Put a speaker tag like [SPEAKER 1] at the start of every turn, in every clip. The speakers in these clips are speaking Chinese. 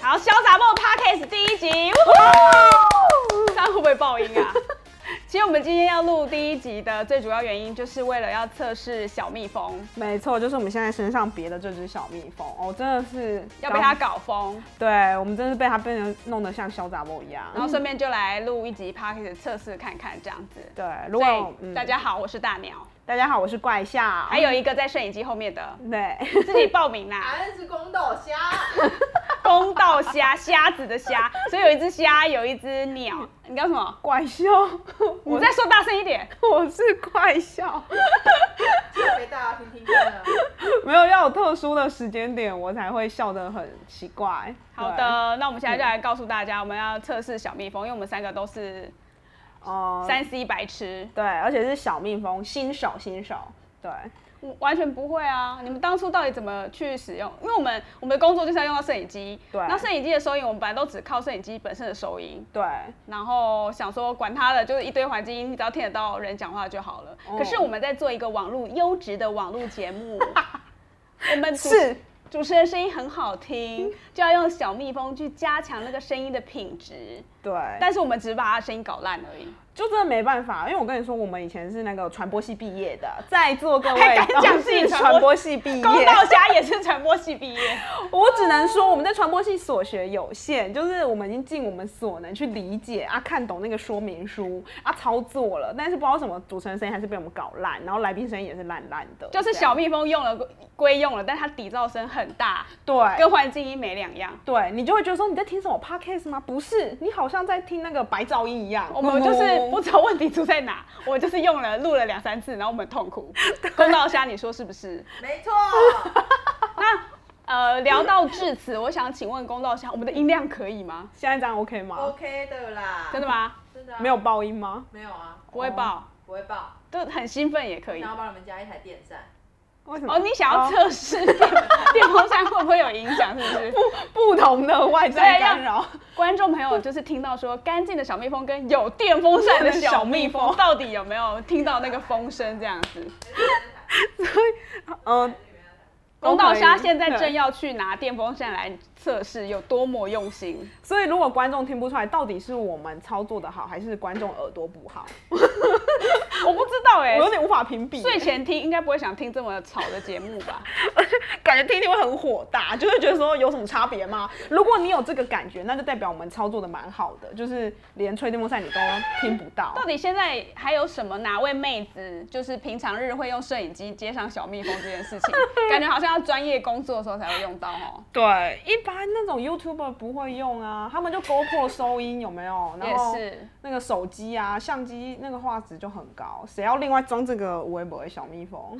[SPEAKER 1] 好，潇洒梦 Podcast 第一集， 呜呼这样会不会爆音啊？其实我们今天要录第一集的最主要原因，就是为了要测试小蜜蜂
[SPEAKER 2] 没错，就是我们现在身上别的这只小蜜蜂哦，真的是
[SPEAKER 1] 要被它，搞疯，
[SPEAKER 2] 对我们真是被它变成弄得像小杂毛一样。
[SPEAKER 1] 然后顺便就来录一集 Podcast 测试看看这样子。
[SPEAKER 2] 对，如
[SPEAKER 1] 所
[SPEAKER 2] 果、嗯
[SPEAKER 1] 以大家好，我是大鸟，
[SPEAKER 2] 大家好，我是怪夏，
[SPEAKER 1] 还有一个在摄影机后面的
[SPEAKER 2] 对，
[SPEAKER 1] 自己报名啦。
[SPEAKER 3] 答案是公道虾，
[SPEAKER 1] 公道虾，虾子的虾，所以有一只虾，有一只鸟。你叫什么？
[SPEAKER 2] 怪笑，
[SPEAKER 1] 你再说大声一点。
[SPEAKER 2] 我 是怪笑，
[SPEAKER 3] 说给大家听 听看啊。
[SPEAKER 2] 没有要有特殊的时间点，我才会笑得很奇怪。
[SPEAKER 1] 好的，那我们现在就来告诉大家，我们要测试小蜜蜂，因为我们三个都是
[SPEAKER 2] 对，哦、
[SPEAKER 1] 三 C 白痴，
[SPEAKER 2] 对，而且是小蜜蜂，新手新手，对，
[SPEAKER 1] 我完全不会啊！你们当初到底怎么去使用？因为我们我们的工作就是要用到摄影机，
[SPEAKER 2] 对
[SPEAKER 1] 那摄影机的收音，我们本来都只靠摄影机本身的收音，
[SPEAKER 2] 对，
[SPEAKER 1] 然后想说管它的，就是一堆环境音，你只要听得到人讲话就好了。
[SPEAKER 2] 哦
[SPEAKER 1] 可是我们在做一个网络优质的网络节 目，我们主
[SPEAKER 2] 是
[SPEAKER 1] 主持人声音很好听，就要用小蜜蜂去加强那个声音的品质。
[SPEAKER 2] 对，
[SPEAKER 1] 但是我们只是把它声音搞烂 而已，
[SPEAKER 2] 就真的没办法，因为我跟你说，我们以前是那个传播系毕业的，在座各
[SPEAKER 1] 还
[SPEAKER 2] 位
[SPEAKER 1] 敢讲
[SPEAKER 2] 都
[SPEAKER 1] 自己
[SPEAKER 2] 是
[SPEAKER 1] 传播
[SPEAKER 2] 传播系毕
[SPEAKER 1] 公
[SPEAKER 2] 业。
[SPEAKER 1] 道虾也是传播系毕业，
[SPEAKER 2] 我只能说，我们在传播系所学有限，就是我们已经尽我们所能去理解啊，看懂那个说明书啊，操作了，但是不知道为什么主持人声音还是被我们搞烂，然后来宾声音也是烂烂的，
[SPEAKER 1] 就是
[SPEAKER 2] 这样
[SPEAKER 1] 小蜜蜂用了归归用了，但它底噪声很大，
[SPEAKER 2] 对
[SPEAKER 1] 跟环境音没两样。
[SPEAKER 2] 对，你就会觉得说你在听什么 podcast 吗？不是，你好像在听那个白噪音一样。嗯
[SPEAKER 1] 我们就是不知道问题出在哪，我就是用了录了两三次，然后我们很痛苦。公道虾，你说是不是？
[SPEAKER 3] 没 错，
[SPEAKER 1] 呃，聊到至此，我想请问公道虾，我们的音量可以吗？
[SPEAKER 2] 现在这样 OK 吗？
[SPEAKER 3] ，OK 的啦，
[SPEAKER 1] 真的吗？
[SPEAKER 3] 真的啊
[SPEAKER 2] 没有爆音吗？
[SPEAKER 3] 没有啊，
[SPEAKER 1] 不会爆，
[SPEAKER 3] 不会爆。
[SPEAKER 1] 就很兴奋也可以
[SPEAKER 3] 然。后帮你们加一台电 扇，
[SPEAKER 2] 为什么？啊
[SPEAKER 1] 哦，你想要测试电 风扇会不会有影响，是不是？
[SPEAKER 2] 不同的外在
[SPEAKER 1] 对要
[SPEAKER 2] 干扰。
[SPEAKER 1] 观众朋友就是听到说干净的小蜜蜂跟有电风扇的小蜜
[SPEAKER 2] 小蜜
[SPEAKER 1] 蜂，
[SPEAKER 2] 蜂
[SPEAKER 1] 到底有没有听到那个风声这样子？
[SPEAKER 2] 嗯，
[SPEAKER 1] 公道虾
[SPEAKER 2] 都可以
[SPEAKER 1] 现在正
[SPEAKER 2] 对
[SPEAKER 1] 要去拿电风扇来测试有多么用心，
[SPEAKER 2] 所以如果观众听不出来，到底是我们操作的好，还是观众耳朵不好，
[SPEAKER 1] 我不知道哎、
[SPEAKER 2] 我有点无法评比。
[SPEAKER 1] 睡前听应该不会想听这么吵的节目吧？
[SPEAKER 2] 感觉听听会很火大，就会觉得说有什么差别吗？如果你有这个感觉，那就代表我们操作的蛮好的，就是连吹电风扇你都听不到
[SPEAKER 1] 到。底现在还有什么哪位妹子，就是平常日会用摄影机接上小蜜蜂这件事情，感觉好像要专业工作的时候才会用到哦。
[SPEAKER 2] 对，一般那种 YouTuber 不会用啊，他们就 GoPro 收音有没有？然后
[SPEAKER 1] 也是
[SPEAKER 2] 那个手机啊、相机那个画质就很高，谁要另外装这个微博的小蜜蜂？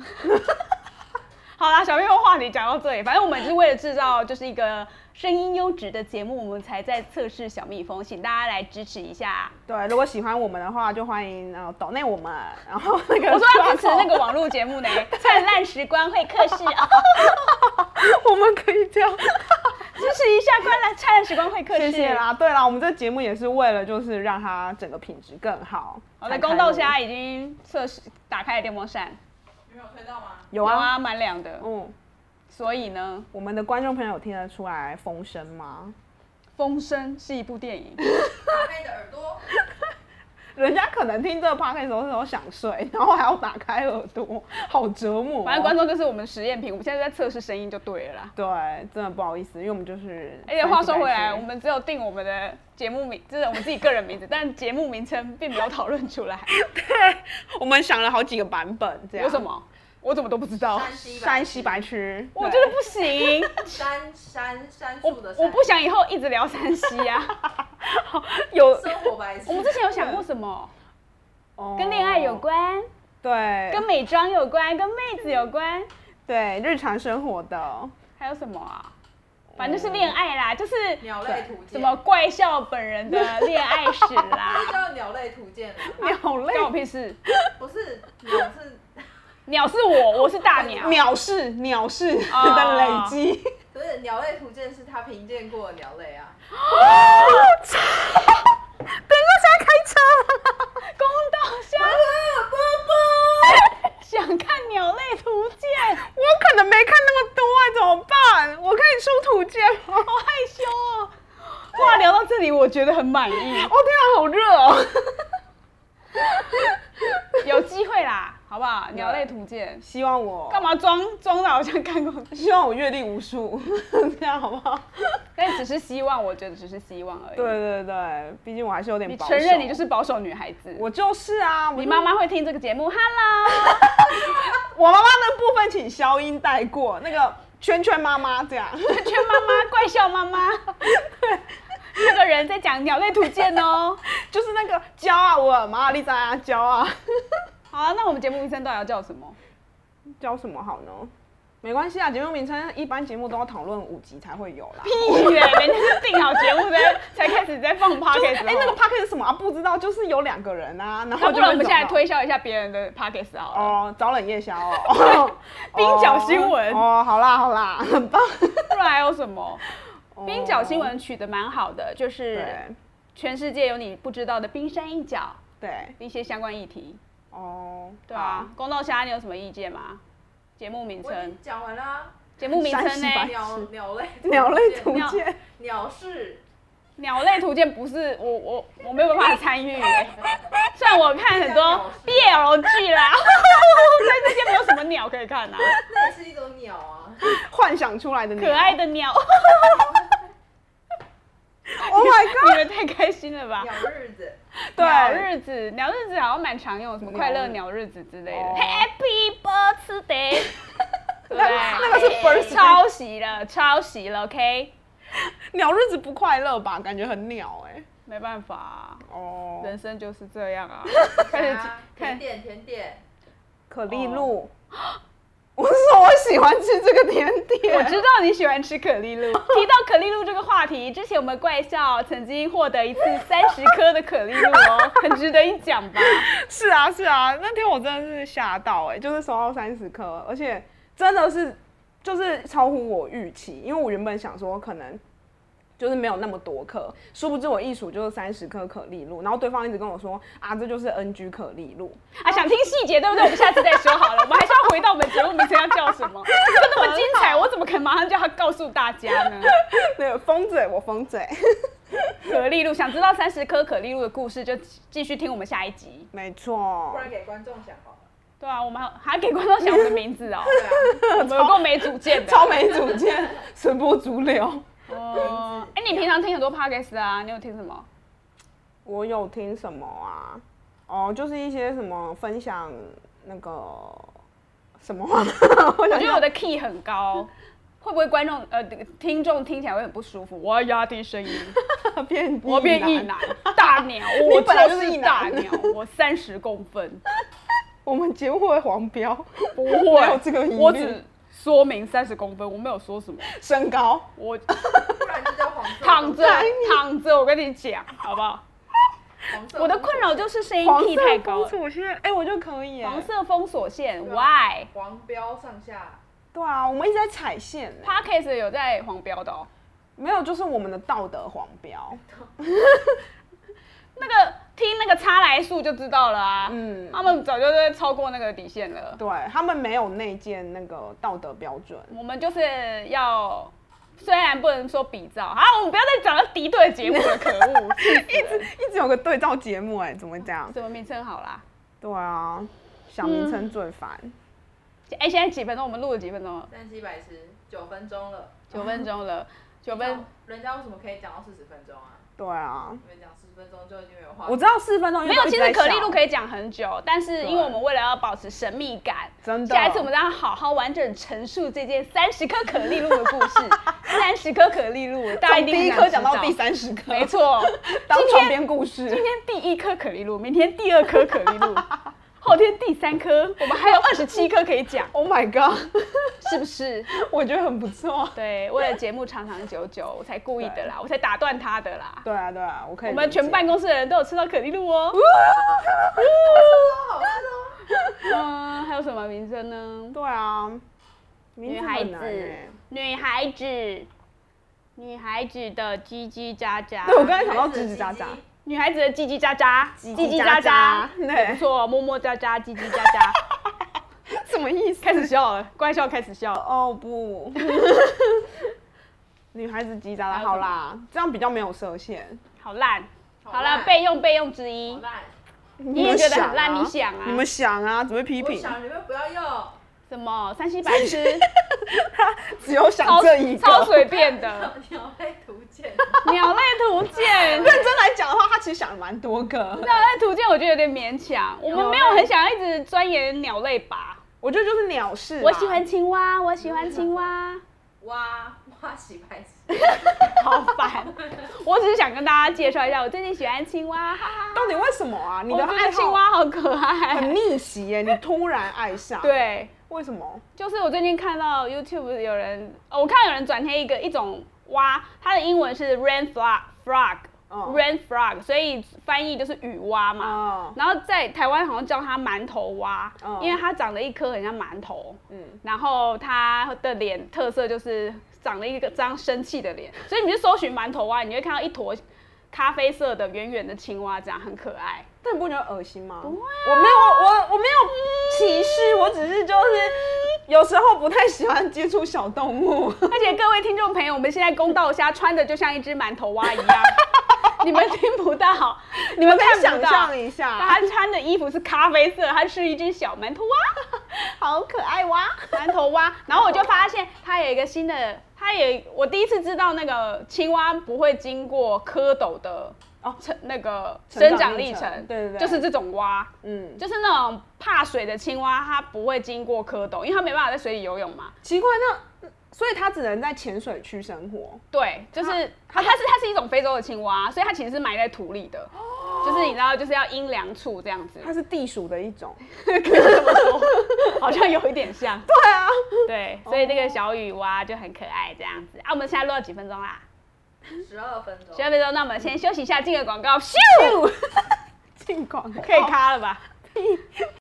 [SPEAKER 1] 好啦，小蜜蜂话题讲到这里，反正我们是为了制造就是一个声音优质的节目，我们才在测试小蜜蜂，请大家来支持一下。
[SPEAKER 2] 对，如果喜欢我们的话，就欢迎呃岛内我们，然后那个
[SPEAKER 1] 我说要支持
[SPEAKER 2] 刷
[SPEAKER 1] 那
[SPEAKER 2] 头
[SPEAKER 1] 个网络节目呢，灿烂时光会客室啊，
[SPEAKER 2] 我们可以这样，
[SPEAKER 1] 支持一下灿烂灿烂时光会客室。
[SPEAKER 2] 谢谢。啦。对啦，我们这节目也是为了就是让它整个品质更好。
[SPEAKER 1] 好的，公道虾已经测试打开了电风扇，
[SPEAKER 3] 你们有推到吗？
[SPEAKER 2] 有啊，
[SPEAKER 1] 哇，蛮凉的。
[SPEAKER 2] 嗯，
[SPEAKER 1] 所以呢，
[SPEAKER 2] 我们的观众朋友听得出来风声吗？
[SPEAKER 1] 《风声》是一部电影，
[SPEAKER 3] 打开你的耳朵，
[SPEAKER 2] 人家可能听这个 p o d c a s 的时候想睡，然后还要打开耳朵，好折磨哦、
[SPEAKER 1] 反正观众就是我们实验品，我们现在在测试声音就对了啦。
[SPEAKER 2] 对，真的不好意思，因为我们就是。
[SPEAKER 1] 而哎且话说回来，
[SPEAKER 2] 30
[SPEAKER 1] 我们只有定我们的节目名，就是我们自己个人名字，但节目名称并没有讨论 出来。
[SPEAKER 2] 我们想了好几个版本，这样
[SPEAKER 1] 有什？么？我怎么都不知道。
[SPEAKER 3] 山西吧，
[SPEAKER 2] 山西白痴，
[SPEAKER 1] 我
[SPEAKER 2] 对
[SPEAKER 1] 觉得不行，
[SPEAKER 3] 山山山
[SPEAKER 1] 我
[SPEAKER 3] 树的山，
[SPEAKER 1] 我不想以后一直聊山西 啊。
[SPEAKER 2] 有
[SPEAKER 3] 生活白痴。
[SPEAKER 1] 我们之前有想过什么？
[SPEAKER 2] 哦
[SPEAKER 1] 跟恋爱有关，
[SPEAKER 2] 对，
[SPEAKER 1] 跟美妆有关，跟妹子有关，
[SPEAKER 2] 对日常生活的，
[SPEAKER 1] 还有什么啊？
[SPEAKER 2] 哦
[SPEAKER 1] 反正就是恋爱啦，就是
[SPEAKER 3] 鸟类图
[SPEAKER 1] 什
[SPEAKER 3] 鉴，
[SPEAKER 1] 么怪笑本人的恋爱史
[SPEAKER 3] 这
[SPEAKER 1] 啦，
[SPEAKER 3] 叫鸟类图鉴啊？
[SPEAKER 2] 鸟类
[SPEAKER 1] 关我屁事。
[SPEAKER 3] 不是鸟是，
[SPEAKER 1] 鸟是我，我是大鸟。
[SPEAKER 2] 鸟式鸟式
[SPEAKER 1] 哦
[SPEAKER 2] 的累 积，
[SPEAKER 3] 不是鸟类图鉴是他评鉴过的鸟类啊。
[SPEAKER 2] 等一下，现在开车，
[SPEAKER 1] 公道虾，
[SPEAKER 3] 不不
[SPEAKER 2] 啊
[SPEAKER 1] 哦觉得很满 意，
[SPEAKER 2] 哦天啊，好热哦！
[SPEAKER 1] 有机会啦，好不好？鸟类图鉴，
[SPEAKER 2] 希望我
[SPEAKER 1] 干嘛装装的好像看 过？
[SPEAKER 2] 希望我阅历无数，这样好不好？
[SPEAKER 1] 但只是希望，我觉得只是希望而已。
[SPEAKER 2] 对，对对，毕竟我还是有点
[SPEAKER 1] 你
[SPEAKER 2] 保
[SPEAKER 1] 承认
[SPEAKER 2] 守
[SPEAKER 1] 你就是保守女孩子。
[SPEAKER 2] 我就是啊，我
[SPEAKER 1] 你
[SPEAKER 2] 就
[SPEAKER 1] 妈妈会听这个节目，Hello，
[SPEAKER 2] 我妈妈那部分请消音带过，那个圈圈妈妈这样。
[SPEAKER 1] 圈圈妈妈、怪笑妈妈，这个人在讲鸟类图鉴哦。
[SPEAKER 2] 就是那个骄啊，我马尔丽在啊，骄啊，
[SPEAKER 1] 好啊，那我们节目名称到底要叫什么？
[SPEAKER 2] 教什么好呢？没关系啊，节目名称一般节目都要讨论五集才会有啦。
[SPEAKER 1] 屁嘞，人家是定好节目才才开始在放 p o
[SPEAKER 2] 就
[SPEAKER 1] c
[SPEAKER 2] 是
[SPEAKER 1] k
[SPEAKER 2] 哎
[SPEAKER 1] e、t
[SPEAKER 2] 那个 p a c k e 是什么啊？不知道，就是有两个人啊，然后
[SPEAKER 1] 那不
[SPEAKER 2] 就
[SPEAKER 1] 然
[SPEAKER 2] 会
[SPEAKER 1] 我们现在
[SPEAKER 2] 找到
[SPEAKER 1] 推销一下别人的 p o c k e t 好了。
[SPEAKER 2] 哦，早冷夜宵哦，
[SPEAKER 1] 冰角新闻
[SPEAKER 2] 哦，好啦好啦，很棒。哦
[SPEAKER 1] 不然还有什么？冰角新闻取得蛮好的，就是
[SPEAKER 2] 对
[SPEAKER 1] 全世界有你不知道的冰山一角
[SPEAKER 2] 对
[SPEAKER 1] 一些相关议题。
[SPEAKER 2] 哦，
[SPEAKER 1] 对啊，公道虾，你有什么意见吗？节目名
[SPEAKER 3] 我已
[SPEAKER 1] 称
[SPEAKER 3] 经，讲完啦，
[SPEAKER 1] 节目名称
[SPEAKER 2] 山西白
[SPEAKER 1] 呢？
[SPEAKER 3] 鸟鸟类
[SPEAKER 2] 好，鸟类图
[SPEAKER 1] 鸟
[SPEAKER 2] 鉴，
[SPEAKER 3] 鸟是
[SPEAKER 1] 鸟类图鉴不是我我我没有办法参 与欸，虽然我看很多 BL 剧啦， 但这些没有什么鸟可以看 啊，
[SPEAKER 3] 也是一种鸟 啊，
[SPEAKER 2] 幻想出来的
[SPEAKER 1] 可爱
[SPEAKER 2] 的
[SPEAKER 1] 的鸟，
[SPEAKER 2] ，Oh my god，
[SPEAKER 1] 你们太开心了吧？
[SPEAKER 3] 鸟日子。
[SPEAKER 1] 鸟
[SPEAKER 2] 对，
[SPEAKER 1] 日子，鸟日子好像蛮常用，什么快乐鸟日子之类的
[SPEAKER 2] 哦
[SPEAKER 1] ，Happy Birthday，对不对？
[SPEAKER 2] 那个是 birthday
[SPEAKER 1] 抄袭了，抄袭了，OK，
[SPEAKER 2] 鸟日子不快乐吧？感觉很鸟哎、
[SPEAKER 1] 没办法啊、
[SPEAKER 2] 哦，
[SPEAKER 1] 人生就是这样啊。开始
[SPEAKER 3] 啊
[SPEAKER 1] 看
[SPEAKER 3] 甜点甜点，
[SPEAKER 2] 可丽露。 我是说我喜欢吃这个甜点。
[SPEAKER 1] 哦 我知道你喜欢吃可丽露。提到可丽露这个话题，之前我们怪笑曾经获得一次三十颗的可丽露哦，很值得一讲吧？
[SPEAKER 2] 是啊是啊，那天我真的是吓到哎、就是收到三十颗，而且真的是就是超乎我预期，因为我原本想说可能。就是没有那么多颗，殊不知我一数就是三十颗可丽露，然后对方一直跟我说啊，这就是 NG 可丽露，
[SPEAKER 1] 啊，想听细节对不对？我们下次再说好了。我们还是要回到我们节目名称要叫什么？这个那么精彩，我怎么可能马上叫他告诉大家呢？
[SPEAKER 2] 那个封嘴我封嘴，
[SPEAKER 1] 可丽露，想知道三十颗可丽露的故事，就继续听我们下一集。
[SPEAKER 2] 没错
[SPEAKER 1] 哦
[SPEAKER 3] 不，然给观众想好了。
[SPEAKER 1] 对啊，我们还还给观众想我们的名字哦，
[SPEAKER 3] 对啊，
[SPEAKER 1] 我们有够没主见的。
[SPEAKER 2] 超没主见，随波逐流。
[SPEAKER 1] 哦，哎、你平常听很多 podcast 啊，你有听什么？
[SPEAKER 2] 我有听什么啊？哦，就是一些什么分享那个什么话，我
[SPEAKER 1] 我
[SPEAKER 2] 想
[SPEAKER 1] 觉得我的 key 很高， 会不会观众呃听众听起来会很不舒服？我要压低 声音，
[SPEAKER 2] 要变
[SPEAKER 1] 我变
[SPEAKER 2] 异
[SPEAKER 1] 异
[SPEAKER 2] 男，啊
[SPEAKER 1] 男，大鸟，我
[SPEAKER 2] 你本来
[SPEAKER 1] 就
[SPEAKER 2] 就是
[SPEAKER 1] 是
[SPEAKER 2] 异
[SPEAKER 1] 大
[SPEAKER 2] 男
[SPEAKER 1] 鸟，我三十公分，
[SPEAKER 2] 我们节目会不会黄标，
[SPEAKER 1] 不
[SPEAKER 2] 没有
[SPEAKER 1] 会，
[SPEAKER 2] 这个疑虑
[SPEAKER 1] 我只说明三十公分，我没有说什么，
[SPEAKER 2] 身高
[SPEAKER 1] 我
[SPEAKER 3] 不然就叫黄色。
[SPEAKER 1] 躺 着
[SPEAKER 2] 宰
[SPEAKER 1] 躺着，我跟你讲，好不 好？
[SPEAKER 3] 黄色
[SPEAKER 1] 我的困扰就是声音
[SPEAKER 2] 黄
[SPEAKER 1] key 太高
[SPEAKER 2] 色
[SPEAKER 1] 了
[SPEAKER 2] 封，锁线，哎、我就可以哎、
[SPEAKER 1] 黄色封锁线
[SPEAKER 3] 对啊
[SPEAKER 1] ，why？
[SPEAKER 3] 黄标上下，
[SPEAKER 2] 对啊，我们一直在踩线、哎
[SPEAKER 1] Podcast 有在黄标的哦，
[SPEAKER 2] 没有就是我们的道德黄标，
[SPEAKER 1] 那个听那个差来数就知道了啊，
[SPEAKER 2] 嗯，
[SPEAKER 1] 他们早就在超过那个底线了。
[SPEAKER 2] 对他们没有内建那个道德标准，
[SPEAKER 1] 我们就是要，虽然不能说比照，啊，我们不要再讲到敌对节目了，可恶！
[SPEAKER 2] 一直一直有个对照节目、哎，怎么会这样？
[SPEAKER 1] 什么名称好啦？
[SPEAKER 2] 对啊，小名称最烦。
[SPEAKER 1] 嗯哎、现在几分钟？我们录了几分钟了？
[SPEAKER 3] 但是一百十九分钟了。
[SPEAKER 1] 九分钟了，九分。
[SPEAKER 3] 人家为什么可以讲到四十分钟啊？
[SPEAKER 2] 对啊，
[SPEAKER 3] 因为讲四十分钟就已经没有话。
[SPEAKER 2] 我知道四分钟
[SPEAKER 1] 没有，其实可丽露
[SPEAKER 2] 以
[SPEAKER 1] 可以讲很久，但是因为
[SPEAKER 2] 对
[SPEAKER 1] 我们为了要保持神秘感，
[SPEAKER 2] 真的
[SPEAKER 1] 下一次我们让他好好完整陈述这件三十颗可丽露的故 事，三十颗可丽露，大家一
[SPEAKER 2] 从
[SPEAKER 1] 定很
[SPEAKER 2] 第一
[SPEAKER 1] 想
[SPEAKER 2] 颗讲
[SPEAKER 1] 知道
[SPEAKER 2] 到第，三十颗，
[SPEAKER 1] 没，错。
[SPEAKER 2] 当
[SPEAKER 1] 今天
[SPEAKER 2] 床边故事
[SPEAKER 1] 今。天第一颗可丽露，明天第二颗可丽露，后天第三颗，我们还有二十七颗可以讲，
[SPEAKER 2] Oh my god，
[SPEAKER 1] 是不是？
[SPEAKER 2] 我觉得很不错。
[SPEAKER 1] 对，为了节目长长久久，我才故意的啦，我才打断他的啦。
[SPEAKER 2] 对啊对啊，我可以
[SPEAKER 1] 我
[SPEAKER 2] 理解。
[SPEAKER 1] 们全办公室的人都有吃到可丽露哦。
[SPEAKER 3] 好吃哦。
[SPEAKER 1] 嗯，还有什么名称呢？
[SPEAKER 2] 对啊，女
[SPEAKER 1] 女孩
[SPEAKER 2] 欸
[SPEAKER 1] 子，女孩子，女孩子的叽叽喳喳。
[SPEAKER 2] 对我刚才想到吱吱喳喳，
[SPEAKER 1] 女孩子的叽叽喳喳，叽
[SPEAKER 2] 叽
[SPEAKER 1] 喳
[SPEAKER 2] 喳
[SPEAKER 1] 喳
[SPEAKER 2] 喳，
[SPEAKER 1] 对，不错，么么喳喳，叽叽喳喳，
[SPEAKER 2] 什么意思？
[SPEAKER 1] 开始笑了，怪笑开始笑了。
[SPEAKER 2] 哦 不，女孩子叽喳啦，好啦，这样比较没有设限。
[SPEAKER 1] 好烂。好
[SPEAKER 3] 烂
[SPEAKER 1] 了，备用备用之一
[SPEAKER 3] 好，烂，
[SPEAKER 1] 你也觉得很烂，你想啊？
[SPEAKER 2] 你们想啊，怎么会批
[SPEAKER 3] 我
[SPEAKER 2] 评？
[SPEAKER 3] 想你们不要用。
[SPEAKER 1] 什么三七白 痴，
[SPEAKER 2] 只有想
[SPEAKER 1] 超
[SPEAKER 2] 这一个。
[SPEAKER 1] 超随便 的
[SPEAKER 3] 鸟类图鉴，
[SPEAKER 1] 鸟类图鉴。
[SPEAKER 2] 认真来讲的话，他其实想了蛮多个。
[SPEAKER 1] 鸟类啊图鉴我觉得有点勉强，我们没有啊很想要一直钻研鸟类吧。
[SPEAKER 2] 我觉得就是鸟事。
[SPEAKER 1] 我喜欢，青蛙，我喜欢青蛙，
[SPEAKER 3] 哇哇洗白痴，
[SPEAKER 1] 好 烦。 我只是想跟大家介绍一下，我最近喜欢青蛙，哈哈。
[SPEAKER 2] 到底为什么啊？你
[SPEAKER 1] 我
[SPEAKER 2] 的
[SPEAKER 1] 觉
[SPEAKER 2] 爱
[SPEAKER 1] 得青
[SPEAKER 2] 好
[SPEAKER 1] 蛙好可爱。
[SPEAKER 2] 很逆袭耶，你突然爱上。，
[SPEAKER 1] 对，
[SPEAKER 2] 为什么？
[SPEAKER 1] 就是我最近看到 YouTube 有人，哦、我看到有人转贴一个一种蛙，它的英文是 rain frog frog、
[SPEAKER 2] 哦
[SPEAKER 1] rain frog，所以翻译就是雨蛙嘛。
[SPEAKER 2] 啊，
[SPEAKER 1] 然后在台湾好像叫它馒头蛙，
[SPEAKER 2] 哦
[SPEAKER 1] 因为它长得一颗很像馒头，
[SPEAKER 2] 嗯，
[SPEAKER 1] 然后它的脸特色就是长了一个张生气的脸，所以你去搜寻馒头蛙，你就会看到一坨咖啡色的圆圆的青蛙，这样很可爱。
[SPEAKER 2] 但你不啊觉得恶心吗？我没有，我我没有歧视，我只是就是有时候不太喜欢接触小动 物。
[SPEAKER 1] 而且各位听众朋友，我们现在公道虾穿的就像一只馒头蛙一样， 你们听不到，你们
[SPEAKER 2] 可
[SPEAKER 1] 看
[SPEAKER 2] 以
[SPEAKER 1] 不
[SPEAKER 2] 想
[SPEAKER 1] 到
[SPEAKER 2] 象一下，
[SPEAKER 1] 但他穿的衣服是咖啡色，他是一只小馒头蛙，
[SPEAKER 2] 好可爱哇！
[SPEAKER 1] 馒头蛙。然后我就发现它有一个新的，它也我第一次知道那个青蛙不会经过蝌蚪的
[SPEAKER 2] 哦
[SPEAKER 1] 成那个
[SPEAKER 2] 成长
[SPEAKER 1] 生长历
[SPEAKER 2] 历程
[SPEAKER 1] 程，
[SPEAKER 2] 对对对
[SPEAKER 1] 就是这种蛙，
[SPEAKER 2] 嗯，
[SPEAKER 1] 就是那种怕水的青蛙，它不会经过蝌蚪，因为它没办法在水里游泳嘛。
[SPEAKER 2] 奇怪，那所以它只能在浅水区生活。
[SPEAKER 1] 对，就是它，它是它是一种非洲的青蛙，所以它其实是埋在土里的，就是你知道，就是要阴凉处这样子，
[SPEAKER 2] 哦它是地鼠的一种，
[SPEAKER 1] 好像有一点像。
[SPEAKER 2] 对啊，
[SPEAKER 1] 对，所以那个小雨蛙就很可爱这样子啊。我们现在录到几分钟啦？
[SPEAKER 3] 十二分钟
[SPEAKER 1] 十。二分钟，那我们先休息一下，进个广告，咻，
[SPEAKER 2] 进广告
[SPEAKER 1] 可以卡了吧？